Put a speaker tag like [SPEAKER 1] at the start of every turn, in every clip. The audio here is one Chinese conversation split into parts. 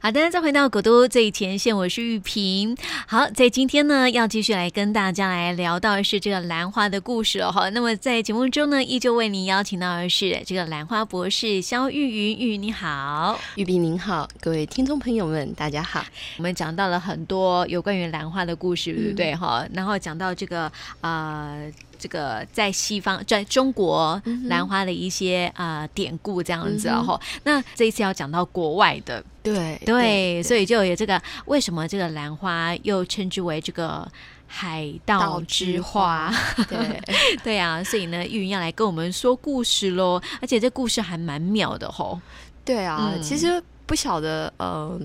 [SPEAKER 1] 好的，再回到古都最前线，我是玉萍。好，在今天呢，要继续来跟大家来聊到的是这个兰花的故事哦。好那么在节目中呢，依旧为您邀请到的是这个兰花博士肖玉云，玉云你好。
[SPEAKER 2] 玉斌您好，各位听众朋友们，大家好。
[SPEAKER 1] 我们讲到了很多有关于兰花的故事，对不对？哈、然后讲到这个呃，这个在西方在中国兰花的一些啊、呃典故这样子哦。哈那这一次要讲到国外的，
[SPEAKER 2] 对
[SPEAKER 1] 对，所以就有这个为什么这个兰花又称之为这个海盗
[SPEAKER 2] 道
[SPEAKER 1] 之
[SPEAKER 2] 之
[SPEAKER 1] 花？
[SPEAKER 2] 对，
[SPEAKER 1] 对啊，所以呢，玉云要来跟我们说故事喽，而且这故事还蛮妙的吼、
[SPEAKER 2] 对啊，
[SPEAKER 1] 嗯
[SPEAKER 2] 其实不晓得，呃，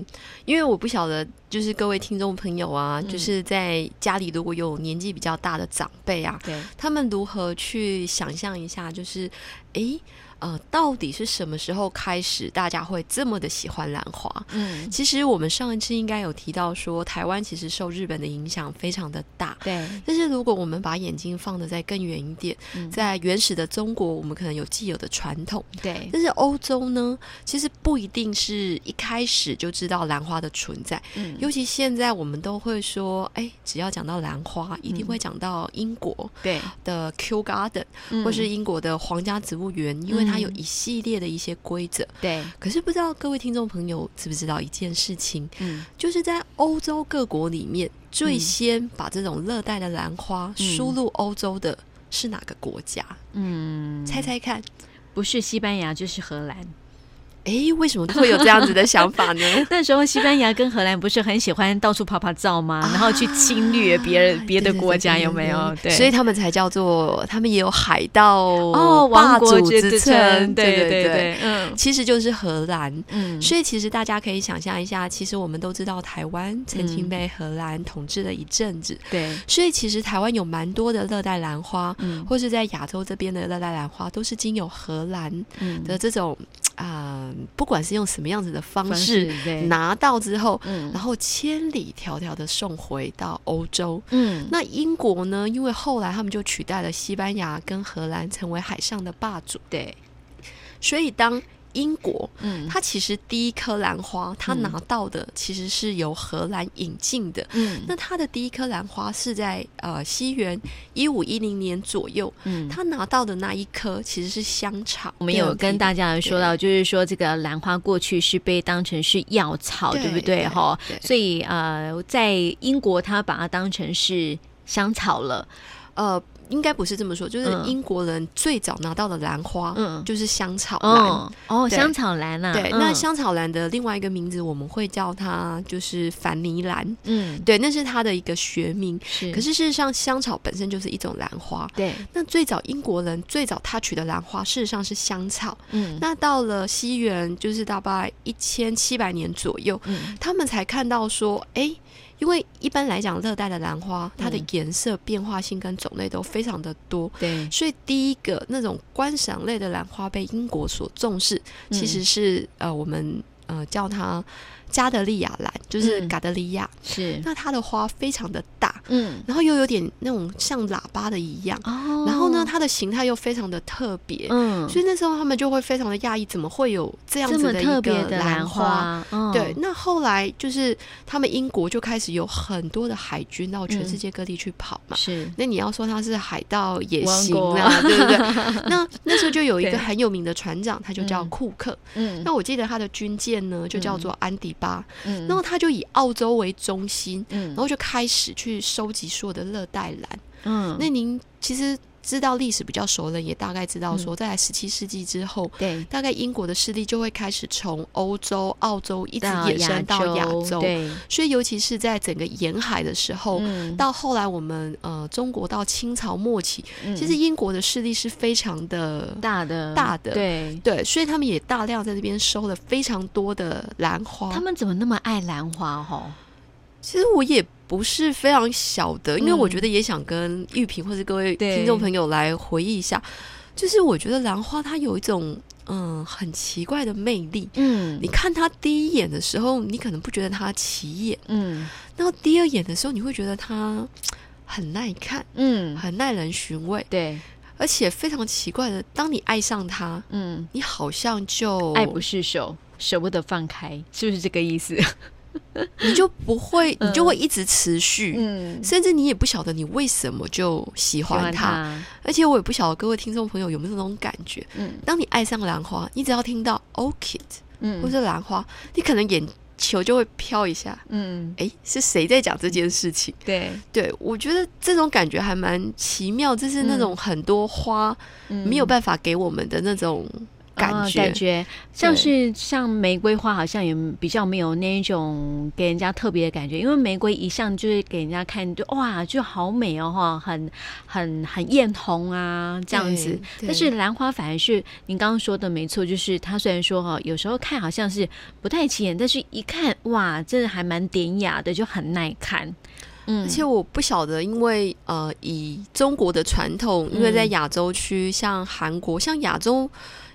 [SPEAKER 2] 因为我不晓得，就是各位听众朋友啊，就是在家里如果有年纪比较大的长辈啊，
[SPEAKER 1] 对，
[SPEAKER 2] 他们如何去想象一下，就是，诶，呃，到底是什么时候开始大家会这么的喜欢兰花？
[SPEAKER 1] 嗯，
[SPEAKER 2] 其实我们上一次应该有提到说，台湾其实受日本的影响非常的大，
[SPEAKER 1] 对，
[SPEAKER 2] 但是如果我们把眼睛放得再更远一点，
[SPEAKER 1] 嗯
[SPEAKER 2] 在原始的中国，我们可能有既有的传统，
[SPEAKER 1] 对，
[SPEAKER 2] 但是欧洲呢，其实不一定是一开始就知道兰花的存在。
[SPEAKER 1] 嗯
[SPEAKER 2] 尤其现在我们都会说，哎，只要讲到兰花，一
[SPEAKER 1] 嗯
[SPEAKER 2] 定会讲到英国
[SPEAKER 1] 对，
[SPEAKER 2] 的 Q Garden，、
[SPEAKER 1] 嗯
[SPEAKER 2] 或是英国的皇家植物园，因为它有
[SPEAKER 1] 嗯
[SPEAKER 2] 一系列的一些规则。
[SPEAKER 1] 对，
[SPEAKER 2] 可是不知道各位听众朋友知不知道一件事情，
[SPEAKER 1] 嗯，
[SPEAKER 2] 就是在欧洲各国里面，最
[SPEAKER 1] 嗯
[SPEAKER 2] 先把这种热带的兰花
[SPEAKER 1] 嗯
[SPEAKER 2] 输入欧洲的是哪个国家？
[SPEAKER 1] 嗯，
[SPEAKER 2] 猜猜看。
[SPEAKER 1] 不是西班牙就是荷兰。
[SPEAKER 2] 哎，为什么会有这样子的想法呢？
[SPEAKER 1] 那时候西班牙跟荷兰不是很喜欢到处拍拍照吗？啊然后去侵略别人、
[SPEAKER 2] 啊
[SPEAKER 1] 别的
[SPEAKER 2] 对对
[SPEAKER 1] 国
[SPEAKER 2] 对
[SPEAKER 1] 家，
[SPEAKER 2] 对
[SPEAKER 1] 有没有？
[SPEAKER 2] 所以他们才叫做，他们也有海盗
[SPEAKER 1] 哦，王
[SPEAKER 2] 霸
[SPEAKER 1] 国
[SPEAKER 2] 主之
[SPEAKER 1] 称，
[SPEAKER 2] 称，
[SPEAKER 1] 对对
[SPEAKER 2] 对对，
[SPEAKER 1] 对，嗯
[SPEAKER 2] 其实就是荷兰。
[SPEAKER 1] 嗯，
[SPEAKER 2] 所以其实大家可以想象一下，其实我们都知道台湾曾
[SPEAKER 1] 嗯
[SPEAKER 2] 经被荷兰统治了一阵子，
[SPEAKER 1] 对，
[SPEAKER 2] 所以其实台湾有蛮多的热带兰花，
[SPEAKER 1] 嗯
[SPEAKER 2] 或是在亚洲这边的热带兰花，都是经由荷兰
[SPEAKER 1] 嗯
[SPEAKER 2] 的这种啊、不管是用什么样子的方
[SPEAKER 1] 方
[SPEAKER 2] 式
[SPEAKER 1] 对，
[SPEAKER 2] 拿到之后，
[SPEAKER 1] 嗯
[SPEAKER 2] 然后千里迢迢的送回到欧洲。
[SPEAKER 1] 嗯
[SPEAKER 2] 那英国呢？因为后来他们就取代了西班牙跟荷兰成为海上的霸主，
[SPEAKER 1] 对，
[SPEAKER 2] 所以当英国
[SPEAKER 1] 嗯
[SPEAKER 2] 它其实第一颗兰花，它
[SPEAKER 1] 嗯
[SPEAKER 2] 拿到的其实是由荷兰引进的。
[SPEAKER 1] 嗯
[SPEAKER 2] 那它的第一颗兰花是在呃西元一五一零年左右，
[SPEAKER 1] 嗯。
[SPEAKER 2] 它拿到的那一颗其实是香草。
[SPEAKER 1] 我们有跟大家说到，就是说这个兰花过去是被当成是药草，对不对？哈，
[SPEAKER 2] 对
[SPEAKER 1] 所以呃，在英国它把它当成是香草了，
[SPEAKER 2] 呃，应该不是这么说，就是
[SPEAKER 1] 嗯
[SPEAKER 2] 英国人最早拿到的兰花、
[SPEAKER 1] 嗯，
[SPEAKER 2] 哦就是香草兰。
[SPEAKER 1] 哦哦，
[SPEAKER 2] 对
[SPEAKER 1] 香草兰啊，
[SPEAKER 2] 对，
[SPEAKER 1] 嗯
[SPEAKER 2] 那香草兰的另外一个名字，我们会叫它就是凡尼兰。
[SPEAKER 1] 嗯
[SPEAKER 2] 对，那是它的一个学名。
[SPEAKER 1] 是，
[SPEAKER 2] 可是事实上，香草本身就是一种兰花。
[SPEAKER 1] 对，
[SPEAKER 2] 那最早英国人最早他取的兰花，事实上是香草。
[SPEAKER 1] 嗯
[SPEAKER 2] 那到了西元，就是大概一千七百年左右，
[SPEAKER 1] 嗯
[SPEAKER 2] 他们才看到说，哎，因为一般来讲，热带的兰花它的
[SPEAKER 1] 嗯
[SPEAKER 2] 颜色变化性跟种类都非常的多，
[SPEAKER 1] 对，
[SPEAKER 2] 所以第一个那种观赏类的兰花被英国所重视，其实
[SPEAKER 1] 嗯
[SPEAKER 2] 是、呃我们呃叫它加德利亚兰，就是
[SPEAKER 1] 嗯
[SPEAKER 2] 嘎德利亚。
[SPEAKER 1] 是
[SPEAKER 2] 那它的花非常的大，
[SPEAKER 1] 嗯
[SPEAKER 2] 然后又有点那种像喇叭的一样，
[SPEAKER 1] 哦，
[SPEAKER 2] 然后呢，它的形态又非常的特别。
[SPEAKER 1] 嗯，
[SPEAKER 2] 所以那时候他们就会非常的讶异，怎么会有这样
[SPEAKER 1] 这
[SPEAKER 2] 子
[SPEAKER 1] 么
[SPEAKER 2] 的
[SPEAKER 1] 特
[SPEAKER 2] 一
[SPEAKER 1] 别
[SPEAKER 2] 个
[SPEAKER 1] 的
[SPEAKER 2] 兰花？
[SPEAKER 1] 花，嗯
[SPEAKER 2] 对，，那后来就是他们英国就开始有很多的海军到全
[SPEAKER 1] 嗯
[SPEAKER 2] 世界各地去跑嘛，
[SPEAKER 1] 是
[SPEAKER 2] 那你要说他是海盗也
[SPEAKER 1] 王
[SPEAKER 2] 行
[SPEAKER 1] 国
[SPEAKER 2] 啦，对 不对？那那时候就有一
[SPEAKER 1] 对
[SPEAKER 2] 个很有名的船长，他就叫
[SPEAKER 1] 嗯
[SPEAKER 2] 库克。
[SPEAKER 1] 嗯
[SPEAKER 2] 那我记得他的军舰呢，就叫做安迪巴。
[SPEAKER 1] 嗯
[SPEAKER 2] 然后他就以澳洲为中心，
[SPEAKER 1] 嗯
[SPEAKER 2] 然后就开始去收集所有的热带兰。
[SPEAKER 1] 嗯
[SPEAKER 2] 那您其实知道历史比较熟的人，也大概知
[SPEAKER 1] 嗯
[SPEAKER 2] 道说，在十七世纪之后。
[SPEAKER 1] 对。
[SPEAKER 2] 大概英国的势力就会开始从欧洲、澳洲一直
[SPEAKER 1] 到
[SPEAKER 2] 延伸到亚洲，
[SPEAKER 1] 对，
[SPEAKER 2] 所以尤其是在整个沿海的时候，
[SPEAKER 1] 嗯
[SPEAKER 2] 到后来我们呃中国到清朝末期，
[SPEAKER 1] 嗯
[SPEAKER 2] 其实英国的势力是非常的
[SPEAKER 1] 大的
[SPEAKER 2] 大的
[SPEAKER 1] 对。
[SPEAKER 2] 对，所以他们也大量在这边收了非常多的兰花。
[SPEAKER 1] 他们怎么那么爱兰花哦？
[SPEAKER 2] 其实我也不是非常晓得，因为
[SPEAKER 1] 嗯
[SPEAKER 2] 我觉得也想跟玉萍或是各位
[SPEAKER 1] 对
[SPEAKER 2] 听众朋友来回忆一下，就是我觉得兰花它有一种嗯很奇怪的魅力。
[SPEAKER 1] 嗯
[SPEAKER 2] 你看它第一眼的时候，你可能不觉得它起眼；
[SPEAKER 1] 嗯
[SPEAKER 2] 然后第二眼的时候，你会觉得它很耐看、
[SPEAKER 1] 嗯，
[SPEAKER 2] 很耐人寻味，
[SPEAKER 1] 对，
[SPEAKER 2] 而且非常奇怪的，当你爱上它，
[SPEAKER 1] 嗯，
[SPEAKER 2] 你好像就
[SPEAKER 1] 哎爱不释手，舍不得放开，是不是这个意思？
[SPEAKER 2] 你就不会，你就会一直持续，
[SPEAKER 1] 嗯，
[SPEAKER 2] 甚至你也不晓得你为什么就喜
[SPEAKER 1] 喜
[SPEAKER 2] 欢
[SPEAKER 1] 欢
[SPEAKER 2] 它。
[SPEAKER 1] 他，
[SPEAKER 2] 而且我也不晓得各位听众朋友有没有那种感觉，
[SPEAKER 1] 嗯
[SPEAKER 2] 当你爱上兰花，你只要听到 orchid 或
[SPEAKER 1] 嗯
[SPEAKER 2] 是兰花，你可能眼球就会飘一下。
[SPEAKER 1] 嗯，
[SPEAKER 2] 诶，是谁在讲这件事情？
[SPEAKER 1] 对，
[SPEAKER 2] 对我觉得这种感觉还蛮奇妙，这是那种很多花
[SPEAKER 1] 嗯
[SPEAKER 2] 没有办法给我们的那种感
[SPEAKER 1] 哦
[SPEAKER 2] 觉。
[SPEAKER 1] 感觉像是像玫瑰花，好像也比较没有那种给人家特别的感觉，因为玫瑰一向就是给人家看就哇就好美哦哈，很很很艳红啊这样子。
[SPEAKER 2] 对
[SPEAKER 1] 但是兰花反而是您刚刚说的没错，就是它虽然说哈，有时候看好像是不太起眼，但是一看哇，真的还蛮典雅的，就很耐看。嗯，
[SPEAKER 2] 而且我不晓得，因为呃，以中国的传统，因为
[SPEAKER 1] 嗯
[SPEAKER 2] 在亚洲区，像韩国，像亚洲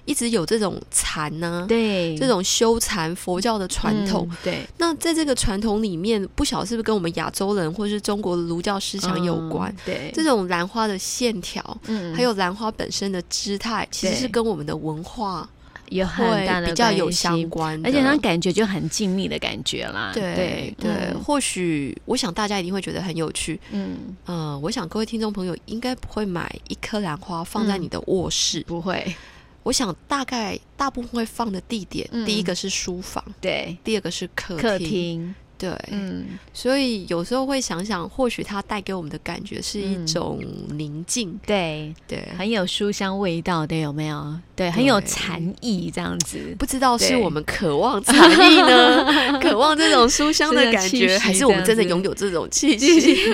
[SPEAKER 2] 一直有这种禅呢、
[SPEAKER 1] 对
[SPEAKER 2] 这种修禅佛教的传统。
[SPEAKER 1] 嗯对
[SPEAKER 2] 那在这个传统里面，不晓得是不是跟我们亚洲人或是中国的儒教思想有关？
[SPEAKER 1] 嗯对，
[SPEAKER 2] 这种兰花的线条，
[SPEAKER 1] 嗯
[SPEAKER 2] 还有兰花本身的姿态，其实
[SPEAKER 1] 对
[SPEAKER 2] 是跟我们的文化
[SPEAKER 1] 有很大
[SPEAKER 2] 会
[SPEAKER 1] 的
[SPEAKER 2] 比较有
[SPEAKER 1] 关系
[SPEAKER 2] 相关的，
[SPEAKER 1] 而且它感觉就很静谧的感觉啦。
[SPEAKER 2] 对
[SPEAKER 1] 对
[SPEAKER 2] 对，或许我想大家一定会觉得很有趣。
[SPEAKER 1] 嗯，
[SPEAKER 2] 呃，我想各位听众朋友应该不会买一颗兰花放在
[SPEAKER 1] 嗯
[SPEAKER 2] 你的卧室，
[SPEAKER 1] 不 会，
[SPEAKER 2] 我想大概大部分会放的地点，
[SPEAKER 1] 嗯
[SPEAKER 2] 第一个是书房，
[SPEAKER 1] 对，
[SPEAKER 2] 第二个是客
[SPEAKER 1] 客厅，
[SPEAKER 2] 对，
[SPEAKER 1] 嗯，
[SPEAKER 2] 所以有时候会想想，或许它带给我们的感觉是一
[SPEAKER 1] 嗯
[SPEAKER 2] 种宁静，
[SPEAKER 1] 对，
[SPEAKER 2] 对。
[SPEAKER 1] 很有书香味道的，有没有？对，很有
[SPEAKER 2] 对
[SPEAKER 1] 禅意这样子。
[SPEAKER 2] 不知道是
[SPEAKER 1] 对
[SPEAKER 2] 我们渴望禅意 呢，渴望这种书香的
[SPEAKER 1] 是的
[SPEAKER 2] 感
[SPEAKER 1] 气
[SPEAKER 2] 觉，
[SPEAKER 1] 息
[SPEAKER 2] 还是我们
[SPEAKER 1] 这样
[SPEAKER 2] 真的
[SPEAKER 1] 子
[SPEAKER 2] 拥有这种 气息？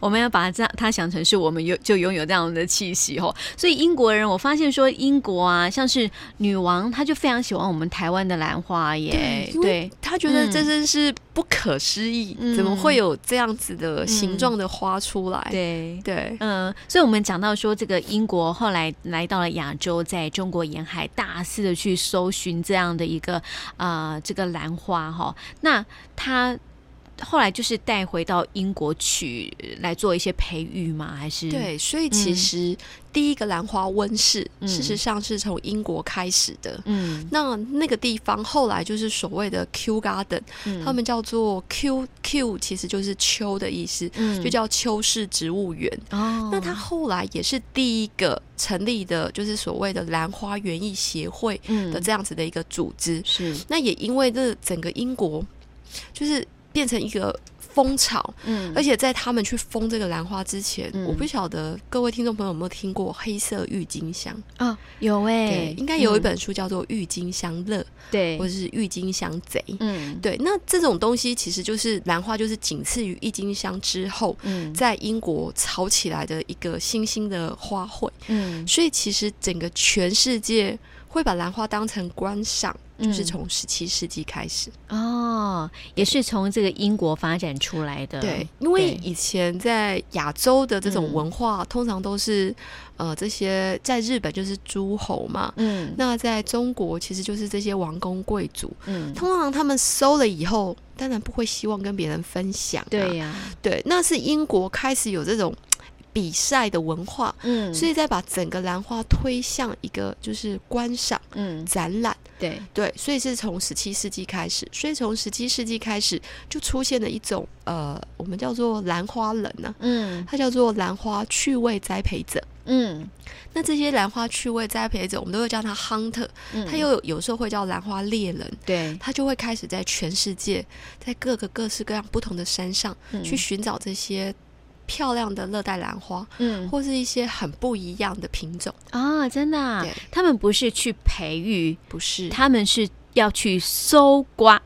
[SPEAKER 1] 我们要把它它想成是我们有就拥有这样的气息吼。所以英国人，我发现说英国啊，像是女王，她就非常喜欢我们台湾的兰花耶。
[SPEAKER 2] 因为
[SPEAKER 1] 对，
[SPEAKER 2] 他觉得
[SPEAKER 1] 嗯
[SPEAKER 2] 这真是不可思议，怎么
[SPEAKER 1] 嗯
[SPEAKER 2] 会有这样子的形
[SPEAKER 1] 嗯
[SPEAKER 2] 状的花出来？
[SPEAKER 1] 对，
[SPEAKER 2] 对，
[SPEAKER 1] 嗯，所以我们讲到说，这个英国后来来到了亚洲，在中国沿海大肆的去搜寻这样的一个呃这个兰花哈、那它后来就是带回到英国去呃来做一些培育吗？还是
[SPEAKER 2] 对，所以其
[SPEAKER 1] 嗯
[SPEAKER 2] 实第一个兰花温室，
[SPEAKER 1] 嗯
[SPEAKER 2] 事实上是从英国开始的。
[SPEAKER 1] 嗯，
[SPEAKER 2] 那那个地方后来就是所谓的 Q Garden，、
[SPEAKER 1] 嗯
[SPEAKER 2] 他们叫做 Q Q，其实就是秋的意思，
[SPEAKER 1] 嗯
[SPEAKER 2] 就叫秋式植物园。
[SPEAKER 1] 哦，
[SPEAKER 2] 那它后来也是第一个成立的，就是所谓的兰花园艺协会
[SPEAKER 1] 嗯
[SPEAKER 2] 的这样子的一个组织。
[SPEAKER 1] 是
[SPEAKER 2] 那也因为这整个英国就是变成一个风潮，
[SPEAKER 1] 嗯
[SPEAKER 2] 而且在他们去封这个兰花之前，
[SPEAKER 1] 嗯
[SPEAKER 2] 我不晓得各位听众朋友有没有听过黑色郁金香？
[SPEAKER 1] 哦有哎、
[SPEAKER 2] 对，应该有一
[SPEAKER 1] 嗯
[SPEAKER 2] 本书叫做《郁金香乐》
[SPEAKER 1] 对
[SPEAKER 2] 或者是《郁金香贼》。
[SPEAKER 1] 嗯
[SPEAKER 2] 对，那这种东西其实就是兰花，就是仅次于郁金香之后，
[SPEAKER 1] 嗯
[SPEAKER 2] 在英国炒起来的一个新兴的花卉。
[SPEAKER 1] 嗯
[SPEAKER 2] 所以其实整个全世界会把兰花当成观赏，就是
[SPEAKER 1] 嗯
[SPEAKER 2] 从十七世纪开始。
[SPEAKER 1] 哦，也是从这个英国发展出来的
[SPEAKER 2] 对，因为
[SPEAKER 1] 嗯对
[SPEAKER 2] 以前在亚洲的这种
[SPEAKER 1] 嗯
[SPEAKER 2] 文化，通常都是呃这些在日本就是诸侯嘛，
[SPEAKER 1] 嗯
[SPEAKER 2] 那在中国其实就是这些王公贵族，
[SPEAKER 1] 嗯
[SPEAKER 2] 通常他们收了以后，当然不会希望跟别人分享、啊。
[SPEAKER 1] 对呀、
[SPEAKER 2] 对，那是英国开始有这种比赛的文化。
[SPEAKER 1] 嗯
[SPEAKER 2] 所以再把整个兰花推向一个就是观赏
[SPEAKER 1] 嗯，
[SPEAKER 2] 展览，
[SPEAKER 1] 对，
[SPEAKER 2] 对，所以是从十七世纪开始，所以从十七世纪开始就出现了一种呃，我们叫做兰花人呢、
[SPEAKER 1] 嗯
[SPEAKER 2] 它叫做兰花趣味栽培者。
[SPEAKER 1] 嗯
[SPEAKER 2] 那这些兰花趣味栽培者，我们都会叫他 hunter，
[SPEAKER 1] 嗯，
[SPEAKER 2] 他又有有时候会叫兰花猎人，
[SPEAKER 1] 对
[SPEAKER 2] 他就会开始在全世界，在各个各式各样不同的山上
[SPEAKER 1] 嗯
[SPEAKER 2] 去寻找这些漂亮的热带兰花，
[SPEAKER 1] 嗯
[SPEAKER 2] 或是一些很不一样的品种。
[SPEAKER 1] 啊、真的啊、
[SPEAKER 2] 对
[SPEAKER 1] 他们不是去培育，
[SPEAKER 2] 不是，
[SPEAKER 1] 他们是。要去搜刮，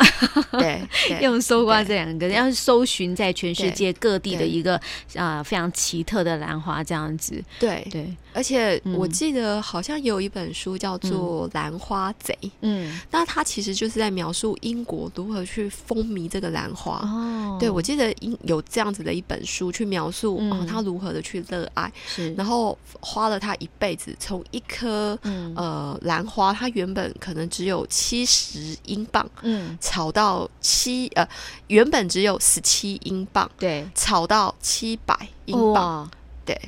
[SPEAKER 2] 对，对
[SPEAKER 1] 用“搜刮”
[SPEAKER 2] 对
[SPEAKER 1] 这两个字，要搜寻在全世
[SPEAKER 2] 对
[SPEAKER 1] 界各地的
[SPEAKER 2] 对
[SPEAKER 1] 一个啊、呃非常奇特的兰花，这样子。
[SPEAKER 2] 对，
[SPEAKER 1] 对，
[SPEAKER 2] 而且我
[SPEAKER 1] 嗯
[SPEAKER 2] 记得好像有一本书叫做《兰花贼》，
[SPEAKER 1] 嗯，
[SPEAKER 2] 那它其实就是在描述英国如何去风靡这个兰花。
[SPEAKER 1] 哦，
[SPEAKER 2] 对，我记得英有这样子的一本书去描述
[SPEAKER 1] 嗯
[SPEAKER 2] 啊、他如何的去热爱，
[SPEAKER 1] 是，
[SPEAKER 2] 然后花了他一辈子，从一颗
[SPEAKER 1] 嗯
[SPEAKER 2] 呃兰花，它原本可能只有七十英镑，
[SPEAKER 1] 嗯，
[SPEAKER 2] 炒到七呃，原本只有十七英镑，
[SPEAKER 1] 对，
[SPEAKER 2] 炒到七百英镑，
[SPEAKER 1] 哇，
[SPEAKER 2] 对，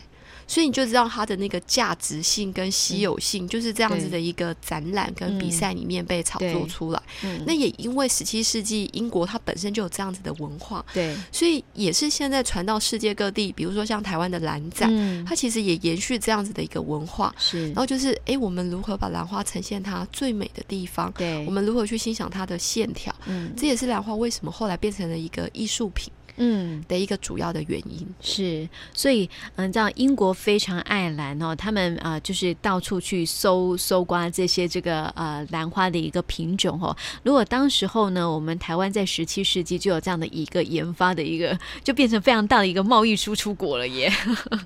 [SPEAKER 2] 所以你就知道它的那个价值性跟稀有性，
[SPEAKER 1] 嗯
[SPEAKER 2] 就是这样子的一个展览跟比赛里面被炒作出来。
[SPEAKER 1] 嗯
[SPEAKER 2] 那也因为十七世纪英国它本身就有这样子的文化，
[SPEAKER 1] 对，
[SPEAKER 2] 所以也是现在传到世界各地，比如说像台湾的兰展，
[SPEAKER 1] 嗯，
[SPEAKER 2] 它其实也延续这样子的一个文化。
[SPEAKER 1] 是
[SPEAKER 2] 然，后就是，诶，我们如何把兰花呈现它最美的地方？
[SPEAKER 1] 对，
[SPEAKER 2] 我们如何去欣赏它的线条？
[SPEAKER 1] 嗯
[SPEAKER 2] 这也是兰花为什么后来变成了一个艺术品
[SPEAKER 1] 嗯。
[SPEAKER 2] 的一个主要的原因。
[SPEAKER 1] 是，所以嗯，知道英国非常爱兰哦，他们啊、呃就是到处去搜搜刮这些这个呃兰花的一个品种哦。如果当时候呢，我们台湾在十七世纪就有这样的一个研发的一个，就变成非常大的一个贸易输出国了耶。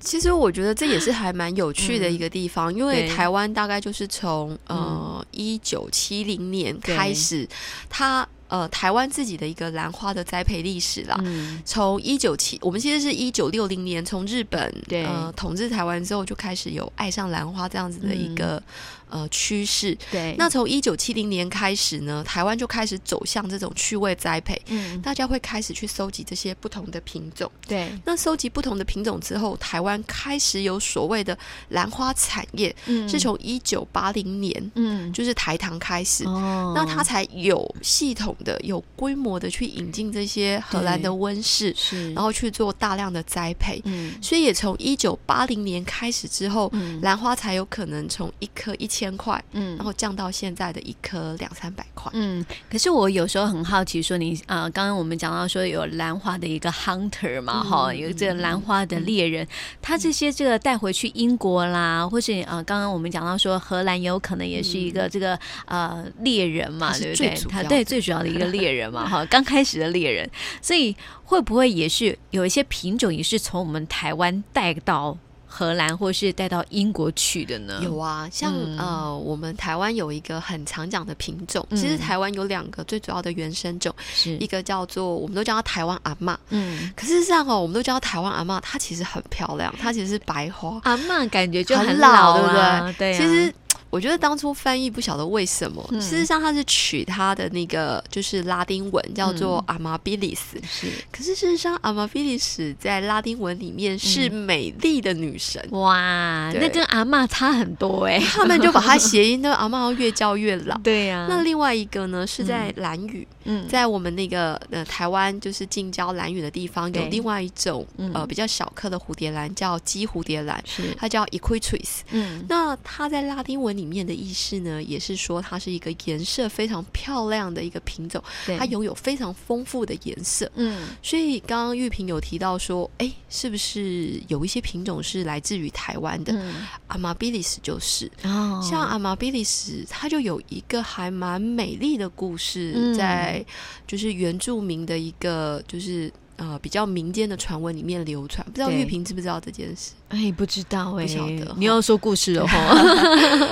[SPEAKER 2] 其实我觉得这也是还蛮有趣的一个地方，因为
[SPEAKER 1] 嗯对嗯
[SPEAKER 2] 台湾大概就是从呃一九七零年开始，它呃台湾自己的一个兰花的栽培历史啦。
[SPEAKER 1] 嗯，
[SPEAKER 2] 从一九七，我们其实是一九六零年从日本
[SPEAKER 1] 对
[SPEAKER 2] 呃统治台湾之后，就开始有爱上兰花这样子的一个、呃趋势。
[SPEAKER 1] 嗯对，
[SPEAKER 2] 那从一九七零年开始呢，台湾就开始走向这种趣味栽培，
[SPEAKER 1] 嗯，
[SPEAKER 2] 大家会开始去收集这些不同的品种。
[SPEAKER 1] 对，
[SPEAKER 2] 那收集不同的品种之后，台湾开始有所谓的兰花产业，
[SPEAKER 1] 嗯
[SPEAKER 2] 是从一九八零年
[SPEAKER 1] 嗯
[SPEAKER 2] 就是台糖开始。
[SPEAKER 1] 哦，
[SPEAKER 2] 那它才有系统的、有规模的去引进这些荷兰的温室，
[SPEAKER 1] 是，
[SPEAKER 2] 然后去做大量的栽培，
[SPEAKER 1] 嗯
[SPEAKER 2] 所以也从一九八零年开始之后，
[SPEAKER 1] 嗯
[SPEAKER 2] 兰花才有可能从一颗一千块，
[SPEAKER 1] 嗯
[SPEAKER 2] 然后降到现在的一颗两三百块。
[SPEAKER 1] 嗯，可是我有时候很好奇，说你啊、呃刚刚我们讲到说有兰花的一个 hunter 嘛，
[SPEAKER 2] 嗯
[SPEAKER 1] 哈、有这个兰花的猎人，他这些这个带回去英国啦，或是啊、呃刚刚我们讲到说荷兰有可能也是一个这个、呃猎人嘛，
[SPEAKER 2] 嗯他是
[SPEAKER 1] 对不
[SPEAKER 2] 最
[SPEAKER 1] 对
[SPEAKER 2] 主？
[SPEAKER 1] 他
[SPEAKER 2] 要
[SPEAKER 1] 对
[SPEAKER 2] 的
[SPEAKER 1] 最主要的一个猎人 嘛，哈，刚开始的猎人，所以会不会也是有一些品种也是从我们台湾带到荷兰或是带到英国去的呢？
[SPEAKER 2] 有啊，像、
[SPEAKER 1] 嗯
[SPEAKER 2] 呃，我们台湾有一个很常讲的品种，其实
[SPEAKER 1] 嗯
[SPEAKER 2] 台湾有两个最主要的原生种，
[SPEAKER 1] 是
[SPEAKER 2] 一，个叫做我们都叫它台湾阿嬷，
[SPEAKER 1] 嗯，
[SPEAKER 2] 可是事实上哦，我们都叫它台湾阿嬷，它其实很漂亮，它其实是白花，
[SPEAKER 1] 阿嬷感觉就
[SPEAKER 2] 很
[SPEAKER 1] 很
[SPEAKER 2] 老对不
[SPEAKER 1] 啊对啊，
[SPEAKER 2] 其实。我觉得当初翻译不晓得为什么，
[SPEAKER 1] 嗯
[SPEAKER 2] 事实上它是取它的那个就是拉丁文叫做 amabilis，、
[SPEAKER 1] 是
[SPEAKER 2] 可是事实上 amabilis 在拉丁文里面是美丽的女神，
[SPEAKER 1] 哇，
[SPEAKER 2] 对
[SPEAKER 1] 那跟阿嬷差很多哎、
[SPEAKER 2] 他们就把它谐音，那个阿嬷越叫越 老。
[SPEAKER 1] 对呀
[SPEAKER 2] 那另外一个呢，是在兰屿，
[SPEAKER 1] 啊嗯
[SPEAKER 2] 在我们那个呃台湾就是近郊兰屿的地方，有
[SPEAKER 1] 对
[SPEAKER 2] 另外一种
[SPEAKER 1] 嗯
[SPEAKER 2] 呃比较小颗的蝴蝶兰，叫姬蝴蝶兰，
[SPEAKER 1] 是
[SPEAKER 2] 它叫 equitris。
[SPEAKER 1] 嗯
[SPEAKER 2] 那它在拉丁文里面的意思呢，也是说它是一个颜色非常漂亮的一个品种，
[SPEAKER 1] 对
[SPEAKER 2] 它拥有非常丰富的颜色。
[SPEAKER 1] 嗯
[SPEAKER 2] 所以刚刚玉萍有提到说，哎，是不是有一些品种是来自于台湾的、
[SPEAKER 1] 嗯
[SPEAKER 2] a m a b i l i s 就是，
[SPEAKER 1] 哦
[SPEAKER 2] 像 Amabilis，它就有一个还蛮美丽的故事，
[SPEAKER 1] 嗯
[SPEAKER 2] 在就是原住民的一个就是呃比较民间的传闻里面流传，不知道
[SPEAKER 1] 对
[SPEAKER 2] 玉萍知不知道这件 事？
[SPEAKER 1] 哎不知道哎、
[SPEAKER 2] 不晓得
[SPEAKER 1] 你要说故事 的话，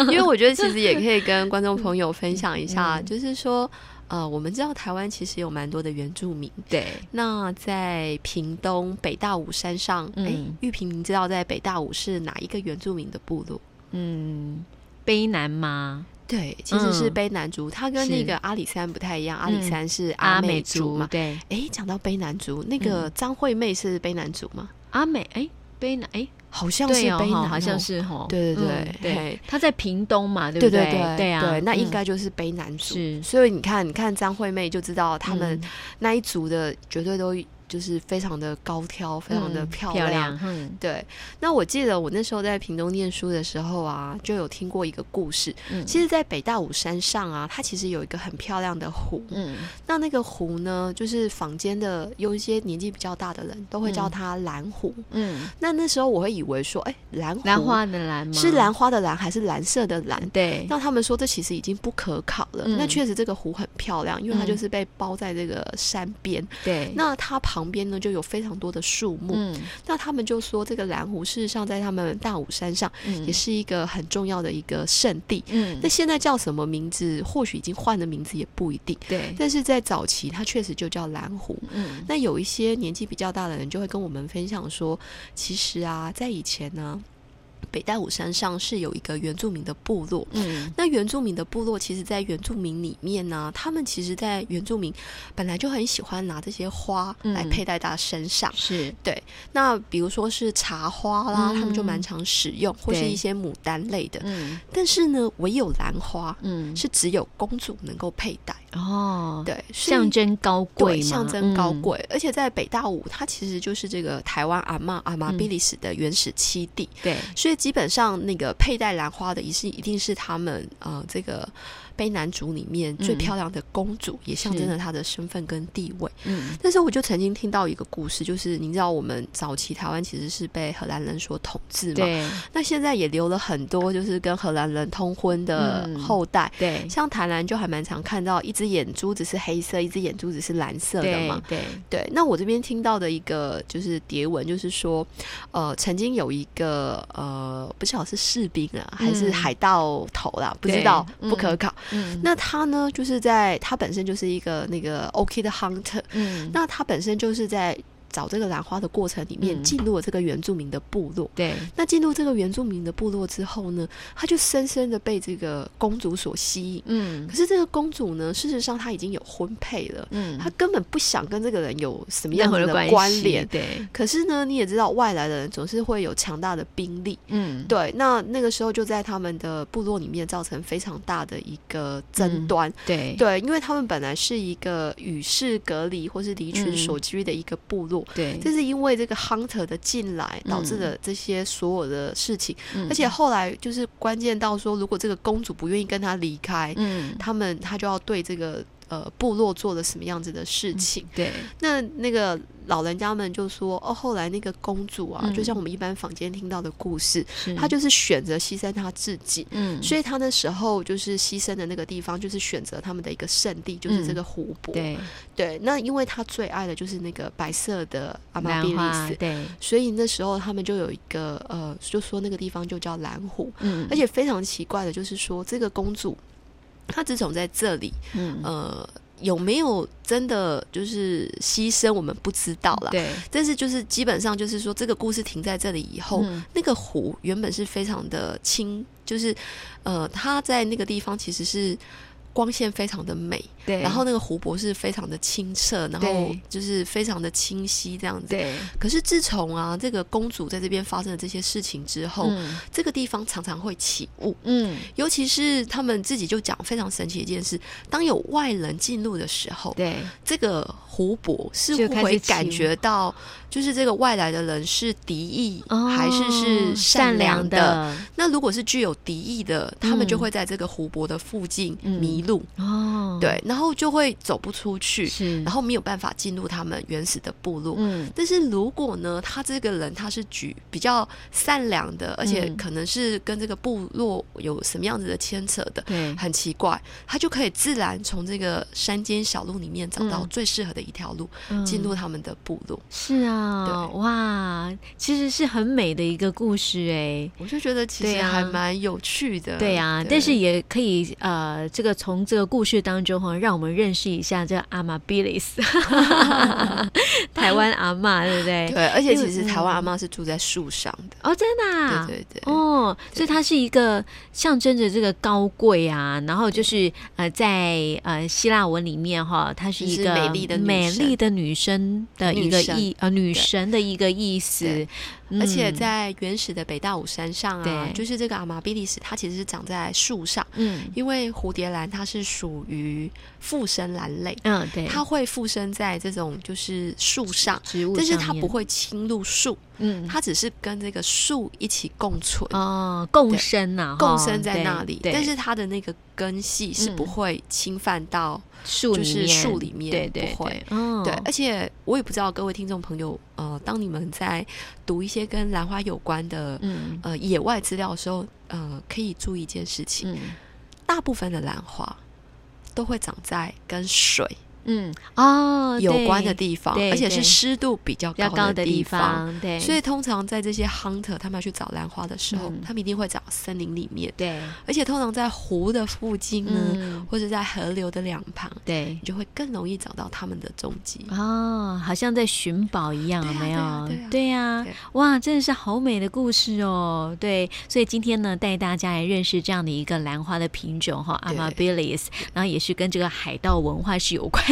[SPEAKER 2] 因为我觉得其实也可以跟观众朋友分享一下， 就是说呃我们知道台湾其实有蛮多的原住民，
[SPEAKER 1] 对，
[SPEAKER 2] 那在屏东北大武山上，哎、
[SPEAKER 1] 嗯
[SPEAKER 2] 玉萍您知道在北大武是哪一个原住民的部落？
[SPEAKER 1] 嗯，卑南吗？
[SPEAKER 2] 对，其实是
[SPEAKER 1] 嗯
[SPEAKER 2] 卑南族，它跟
[SPEAKER 1] 是
[SPEAKER 2] 那个阿里山不太一样。阿里
[SPEAKER 1] 嗯
[SPEAKER 2] 山是
[SPEAKER 1] 阿
[SPEAKER 2] 美
[SPEAKER 1] 美
[SPEAKER 2] 族嘛
[SPEAKER 1] 族，对，
[SPEAKER 2] 诶，讲到卑南族，那个
[SPEAKER 1] 嗯
[SPEAKER 2] 张惠妹是卑南族吗？
[SPEAKER 1] 阿美哎卑南哎
[SPEAKER 2] 好像是
[SPEAKER 1] 对
[SPEAKER 2] 卑
[SPEAKER 1] 哦
[SPEAKER 2] 南、
[SPEAKER 1] 哈好像。是哦，
[SPEAKER 2] 对对
[SPEAKER 1] 嗯
[SPEAKER 2] 对
[SPEAKER 1] 对，
[SPEAKER 2] 嘿
[SPEAKER 1] 他在屏东嘛，对不
[SPEAKER 2] 对
[SPEAKER 1] 对
[SPEAKER 2] 对
[SPEAKER 1] 对啊，
[SPEAKER 2] 那应
[SPEAKER 1] 嗯
[SPEAKER 2] 该就是卑南族。
[SPEAKER 1] 是
[SPEAKER 2] 所以你看，你看张惠妹就知道他们
[SPEAKER 1] 嗯
[SPEAKER 2] 那一族的绝对都就是非常的高挑，非常的
[SPEAKER 1] 嗯
[SPEAKER 2] 漂
[SPEAKER 1] 漂亮，嗯
[SPEAKER 2] 对，那我记得我那时候在屏东念书的时候啊，就有听过一个故事。
[SPEAKER 1] 嗯
[SPEAKER 2] 其实，在北大武山上啊，它其实有一个很漂亮的湖。
[SPEAKER 1] 嗯
[SPEAKER 2] 那那个湖呢，就是坊间的有一些年纪比较大的人都会叫它蓝湖。
[SPEAKER 1] 嗯，
[SPEAKER 2] 那那时候我会以为说，哎，蓝湖
[SPEAKER 1] 兰花的兰吗？
[SPEAKER 2] 是兰花的蓝还是蓝色的蓝？
[SPEAKER 1] 对，
[SPEAKER 2] 那他们说这其实已经不可考了。
[SPEAKER 1] 嗯
[SPEAKER 2] 那确实这个湖很漂亮，因为它
[SPEAKER 1] 嗯
[SPEAKER 2] 就是被包在这个山边。
[SPEAKER 1] 对，
[SPEAKER 2] 那它旁边呢就有非常多的树木。
[SPEAKER 1] 嗯
[SPEAKER 2] 那他们就说这个蓝湖事实上在他们大武山上
[SPEAKER 1] 嗯
[SPEAKER 2] 也是一个很重要的一个圣地。
[SPEAKER 1] 嗯
[SPEAKER 2] 那现在叫什么名字？或许已经换了名字也不一定，
[SPEAKER 1] 对，
[SPEAKER 2] 但是在早期它确实就叫蓝湖。
[SPEAKER 1] 嗯
[SPEAKER 2] 那有一些年纪比较大的人就会跟我们分享说，其实啊，在以前呢、北戴武山上是有一个原住民的部落。
[SPEAKER 1] 嗯
[SPEAKER 2] 那原住民的部落，其实，在原住民里面呢，他们其实，在原住民本来就很喜欢拿这些花
[SPEAKER 1] 嗯
[SPEAKER 2] 来佩戴在身上。
[SPEAKER 1] 是
[SPEAKER 2] 那比如说是茶花啦，
[SPEAKER 1] 嗯
[SPEAKER 2] 他们就蛮常使用，或是
[SPEAKER 1] 对
[SPEAKER 2] 一些牡丹类的。
[SPEAKER 1] 嗯
[SPEAKER 2] 但是呢，唯有兰花
[SPEAKER 1] 嗯
[SPEAKER 2] 是只有公主能够佩戴，
[SPEAKER 1] 哦，
[SPEAKER 2] 对，所以
[SPEAKER 1] 象征高贵
[SPEAKER 2] 对
[SPEAKER 1] 嘛，
[SPEAKER 2] 象征高
[SPEAKER 1] 嗯
[SPEAKER 2] 贵。而且在北大武，它其实就是这个台湾阿嬷阿妈
[SPEAKER 1] 嗯
[SPEAKER 2] 比利时的原始栖地。
[SPEAKER 1] 对，
[SPEAKER 2] 所以基本上那个佩戴兰花的仪式，一定是他们呃这个卑南族里面最
[SPEAKER 1] 嗯
[SPEAKER 2] 漂亮的公主，也象征
[SPEAKER 1] 是
[SPEAKER 2] 着她的身份跟地位。
[SPEAKER 1] 嗯
[SPEAKER 2] 但是我就曾经听到一个故事，就是你知道我们早期台湾其实是被荷兰人所统治嘛，
[SPEAKER 1] 对
[SPEAKER 2] 那现在也留了很多就是跟荷兰人通婚的
[SPEAKER 1] 嗯
[SPEAKER 2] 后代。
[SPEAKER 1] 对
[SPEAKER 2] 像台南就还蛮常看到，一只眼珠子是黑色，一只眼珠子是蓝色的嘛
[SPEAKER 1] 对。对，
[SPEAKER 2] 对，那我这边听到的一个就是牒文，就是说，呃，曾经有一个呃，不晓得是士兵啊，还是
[SPEAKER 1] 嗯
[SPEAKER 2] 海盗头啦，不
[SPEAKER 1] 对
[SPEAKER 2] 知道，
[SPEAKER 1] 嗯
[SPEAKER 2] 不可考。
[SPEAKER 1] 嗯
[SPEAKER 2] 那他呢，就是在他本身就是一个那个 OK 的 hunter，
[SPEAKER 1] 嗯
[SPEAKER 2] 那他本身就是在找这个兰花的过程里面
[SPEAKER 1] 嗯
[SPEAKER 2] 进入了这个原住民的部落。
[SPEAKER 1] 对
[SPEAKER 2] 那进入这个原住民的部落之后呢，他就深深的被这个公主所吸引。
[SPEAKER 1] 嗯
[SPEAKER 2] 可是这个公主呢，事实上她已经有婚配了，
[SPEAKER 1] 嗯
[SPEAKER 2] 他根本不想跟这个人有什么
[SPEAKER 1] 任
[SPEAKER 2] 样
[SPEAKER 1] 何的
[SPEAKER 2] 子的
[SPEAKER 1] 关
[SPEAKER 2] 关
[SPEAKER 1] 系
[SPEAKER 2] 联。
[SPEAKER 1] 对，
[SPEAKER 2] 可是呢，你也知道，外来的人总是会有强大的兵力，
[SPEAKER 1] 嗯
[SPEAKER 2] 对。那那个时候就在他们的部落里面造成非常大的一个争端，
[SPEAKER 1] 对
[SPEAKER 2] 对，因为他们本来是一个与世隔离或是离群
[SPEAKER 1] 嗯
[SPEAKER 2] 所居的一个部落，
[SPEAKER 1] 对
[SPEAKER 2] 这是因为这个 hunter 的进来导致
[SPEAKER 1] 嗯
[SPEAKER 2] 的这些所有的事情，
[SPEAKER 1] 嗯
[SPEAKER 2] 而且后来就是关键到说，如果这个公主不愿意跟他离开，
[SPEAKER 1] 嗯
[SPEAKER 2] 他们他就要对这个呃部落做了什么样子的事情。
[SPEAKER 1] 对
[SPEAKER 2] 那那个老人家们就说，哦，后来那个公主啊，
[SPEAKER 1] 嗯
[SPEAKER 2] 就像我们一般坊间听到的故事，
[SPEAKER 1] 是
[SPEAKER 2] 她就是选择牺牲她自己。
[SPEAKER 1] 嗯
[SPEAKER 2] 所以她那时候就是牺牲的那个地方，就是选择他们的一个圣地，就是这个湖泊。
[SPEAKER 1] 嗯对
[SPEAKER 2] 对那因为她最爱的就是那个白色的阿玛
[SPEAKER 1] 兰
[SPEAKER 2] 比利
[SPEAKER 1] 花
[SPEAKER 2] 斯，
[SPEAKER 1] 对
[SPEAKER 2] 所以那时候他们就有一个呃，就说那个地方就叫蓝湖。
[SPEAKER 1] 嗯
[SPEAKER 2] 而且非常奇怪的就是说，这个公主她自从在这里
[SPEAKER 1] 嗯
[SPEAKER 2] 呃，有没有真的就是牺牲，我们不知道啦。
[SPEAKER 1] 嗯对
[SPEAKER 2] 但是就是基本上就是说，这个故事停在这里以后，
[SPEAKER 1] 嗯
[SPEAKER 2] 那个湖原本是非常的清，就是呃，它在那个地方其实是。光线非常的美，
[SPEAKER 1] 对，
[SPEAKER 2] 然后那个湖泊是非常的清澈，然后
[SPEAKER 1] 对
[SPEAKER 2] 就是非常的清晰这样子。
[SPEAKER 1] 对
[SPEAKER 2] 可是自从啊，这个公主在这边发生了这些事情之后，
[SPEAKER 1] 嗯
[SPEAKER 2] 这个地方常常会起雾，
[SPEAKER 1] 嗯
[SPEAKER 2] 尤其是他们自己就讲非常神奇的一件事：当有外人进入的时候，
[SPEAKER 1] 对
[SPEAKER 2] 这个湖泊似
[SPEAKER 1] 就
[SPEAKER 2] 乎
[SPEAKER 1] 开始
[SPEAKER 2] 会
[SPEAKER 1] 起
[SPEAKER 2] 感觉到，就是这个外来的人是敌意、
[SPEAKER 1] 哦
[SPEAKER 2] 还是是
[SPEAKER 1] 善
[SPEAKER 2] 善良的
[SPEAKER 1] 的
[SPEAKER 2] 那如果是具有敌意的，他
[SPEAKER 1] 嗯
[SPEAKER 2] 们就会在这个湖泊的附近
[SPEAKER 1] 嗯
[SPEAKER 2] 迷路，
[SPEAKER 1] 哦，嗯
[SPEAKER 2] 对，然后就会走不出去，
[SPEAKER 1] 是，
[SPEAKER 2] 然后没有办法进入他们原始的部落。
[SPEAKER 1] 嗯
[SPEAKER 2] 但是如果呢，他这个人他是举比较善良的，而且
[SPEAKER 1] 嗯
[SPEAKER 2] 可能是跟这个部落有什么样子的牵扯的，
[SPEAKER 1] 对
[SPEAKER 2] 很奇怪，他就可以自然从这个山间小路里面找到
[SPEAKER 1] 嗯
[SPEAKER 2] 最适合的一条路，
[SPEAKER 1] 嗯
[SPEAKER 2] 进入他们的部落。
[SPEAKER 1] 是啊，
[SPEAKER 2] 对
[SPEAKER 1] 哇，其实是很美的一个故事哎。
[SPEAKER 2] 我就觉得其
[SPEAKER 1] 对
[SPEAKER 2] 实
[SPEAKER 1] 啊
[SPEAKER 2] 还蛮有趣的。
[SPEAKER 1] 对啊，但是 也可以呃，这个从这个故事当中哈，让我们认识一下这阿玛比利斯， 台湾阿嬷，对不对？
[SPEAKER 2] 对，而且
[SPEAKER 1] 因为
[SPEAKER 2] 其实台湾阿妈是住在树上的。
[SPEAKER 1] 哦，真的、啊，
[SPEAKER 2] 对对对。
[SPEAKER 1] 哦，
[SPEAKER 2] 对
[SPEAKER 1] 所以它是一个象征着这个高贵啊，然后就是呃，在呃希腊文里面哈，它是一
[SPEAKER 2] 就是
[SPEAKER 1] 个
[SPEAKER 2] 美丽的女
[SPEAKER 1] 美
[SPEAKER 2] 神
[SPEAKER 1] 丽的女生的一个
[SPEAKER 2] 女神
[SPEAKER 1] 意呃女神的一个意思
[SPEAKER 2] 对，
[SPEAKER 1] 嗯
[SPEAKER 2] 而且在原始的北大武山上啊
[SPEAKER 1] 对，
[SPEAKER 2] 就是这个阿玛比利斯，它其实是长在树上，
[SPEAKER 1] 嗯
[SPEAKER 2] 因为蝴蝶兰它是属于附生兰类，
[SPEAKER 1] 嗯对，
[SPEAKER 2] 它会附生在这种就是树上，
[SPEAKER 1] 植物，
[SPEAKER 2] 但是它不，会侵入树，
[SPEAKER 1] 嗯，
[SPEAKER 2] 它只是跟这个树一起共存。
[SPEAKER 1] 哦共生呐、哈
[SPEAKER 2] 共生在那里，
[SPEAKER 1] 对对
[SPEAKER 2] 但是它的那个根系是不
[SPEAKER 1] 嗯
[SPEAKER 2] 会侵犯到，
[SPEAKER 1] 树
[SPEAKER 2] 就
[SPEAKER 1] 里
[SPEAKER 2] 是
[SPEAKER 1] 面
[SPEAKER 2] 树里面
[SPEAKER 1] 对对
[SPEAKER 2] 不会
[SPEAKER 1] 对，哦
[SPEAKER 2] 对，而且我也不知道各位听众朋友，呃，当你们在读一些跟兰花有关的
[SPEAKER 1] 嗯
[SPEAKER 2] 呃野外资料的时候，呃，可以注意一件事情，
[SPEAKER 1] 嗯
[SPEAKER 2] 大部分的兰花都会长在跟水
[SPEAKER 1] 嗯，哦，
[SPEAKER 2] 有
[SPEAKER 1] 对
[SPEAKER 2] 关的地方，
[SPEAKER 1] 对
[SPEAKER 2] 而且是
[SPEAKER 1] 对
[SPEAKER 2] 湿度比较
[SPEAKER 1] 比较
[SPEAKER 2] 高
[SPEAKER 1] 高
[SPEAKER 2] 的
[SPEAKER 1] 的
[SPEAKER 2] 地
[SPEAKER 1] 地
[SPEAKER 2] 方。
[SPEAKER 1] 方，对，
[SPEAKER 2] 所以通常在这些 hunter 他们要去找兰花的时候，
[SPEAKER 1] 嗯
[SPEAKER 2] 他们一定会找森林里面，
[SPEAKER 1] 对，
[SPEAKER 2] 而且通常在湖的附近呢，
[SPEAKER 1] 嗯，
[SPEAKER 2] 或者在河流的两旁，
[SPEAKER 1] 对
[SPEAKER 2] 你，就会更容易找到他们的踪迹。
[SPEAKER 1] 哦，好像在寻宝一样，有
[SPEAKER 2] 对
[SPEAKER 1] 没
[SPEAKER 2] 啊
[SPEAKER 1] 有
[SPEAKER 2] 对啊？
[SPEAKER 1] 对呀
[SPEAKER 2] 对啊，
[SPEAKER 1] 哇，真的是好美的故事哦。对，所以今天呢，带大家来认识这样的一个兰花的品种哈
[SPEAKER 2] 对
[SPEAKER 1] ，Amabilis，然后也是跟这个海盗文化是有关系的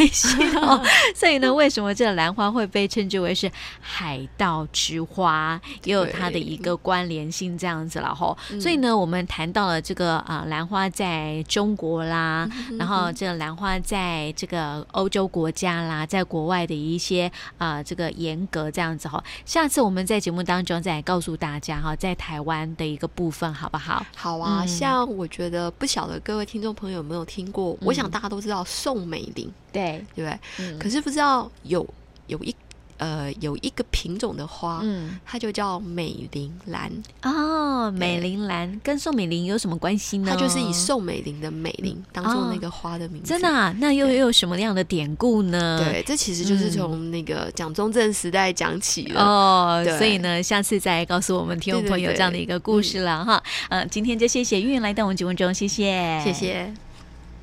[SPEAKER 1] 哦。所以呢，为什么这个兰花会被称之为是海盗之花，也有它的
[SPEAKER 2] 对嗯
[SPEAKER 1] 一个关联性这样子了哈。所以呢，我们谈到了这个啊、呃兰花在中国啦，
[SPEAKER 2] 嗯
[SPEAKER 1] 然后这个兰花在这个欧洲国家啦，在国外的一些啊、呃这个严格这样子哈。下次我们在节目当中再来告诉大家哈，在台湾的一个部分好不好？
[SPEAKER 2] 好啊，
[SPEAKER 1] 嗯
[SPEAKER 2] 像我觉得不晓得各位听众朋友有没有听过，我想
[SPEAKER 1] 嗯
[SPEAKER 2] 大家都知道宋美龄，
[SPEAKER 1] 对，
[SPEAKER 2] 对不对？
[SPEAKER 1] 嗯
[SPEAKER 2] 可是不知道有有一呃有一个品种的花，
[SPEAKER 1] 嗯
[SPEAKER 2] 它就叫美龄兰，
[SPEAKER 1] 哦，美玲兰跟宋美龄有什么关系呢？
[SPEAKER 2] 它就是以宋美龄的美龄当做
[SPEAKER 1] 哦
[SPEAKER 2] 那个花的名字。
[SPEAKER 1] 真的、啊，那又又有什么样的典故呢？。
[SPEAKER 2] 对，这其实就是
[SPEAKER 1] 嗯
[SPEAKER 2] 从那个蒋中正时代讲起的。
[SPEAKER 1] 哦
[SPEAKER 2] 对，
[SPEAKER 1] 所以呢，下次再告诉我们听众
[SPEAKER 2] 对对
[SPEAKER 1] 朋友
[SPEAKER 2] 对
[SPEAKER 1] 这样的一个故事了哈。呃，今天就谢谢玉云来到我们节目中，谢谢，
[SPEAKER 2] 谢。谢。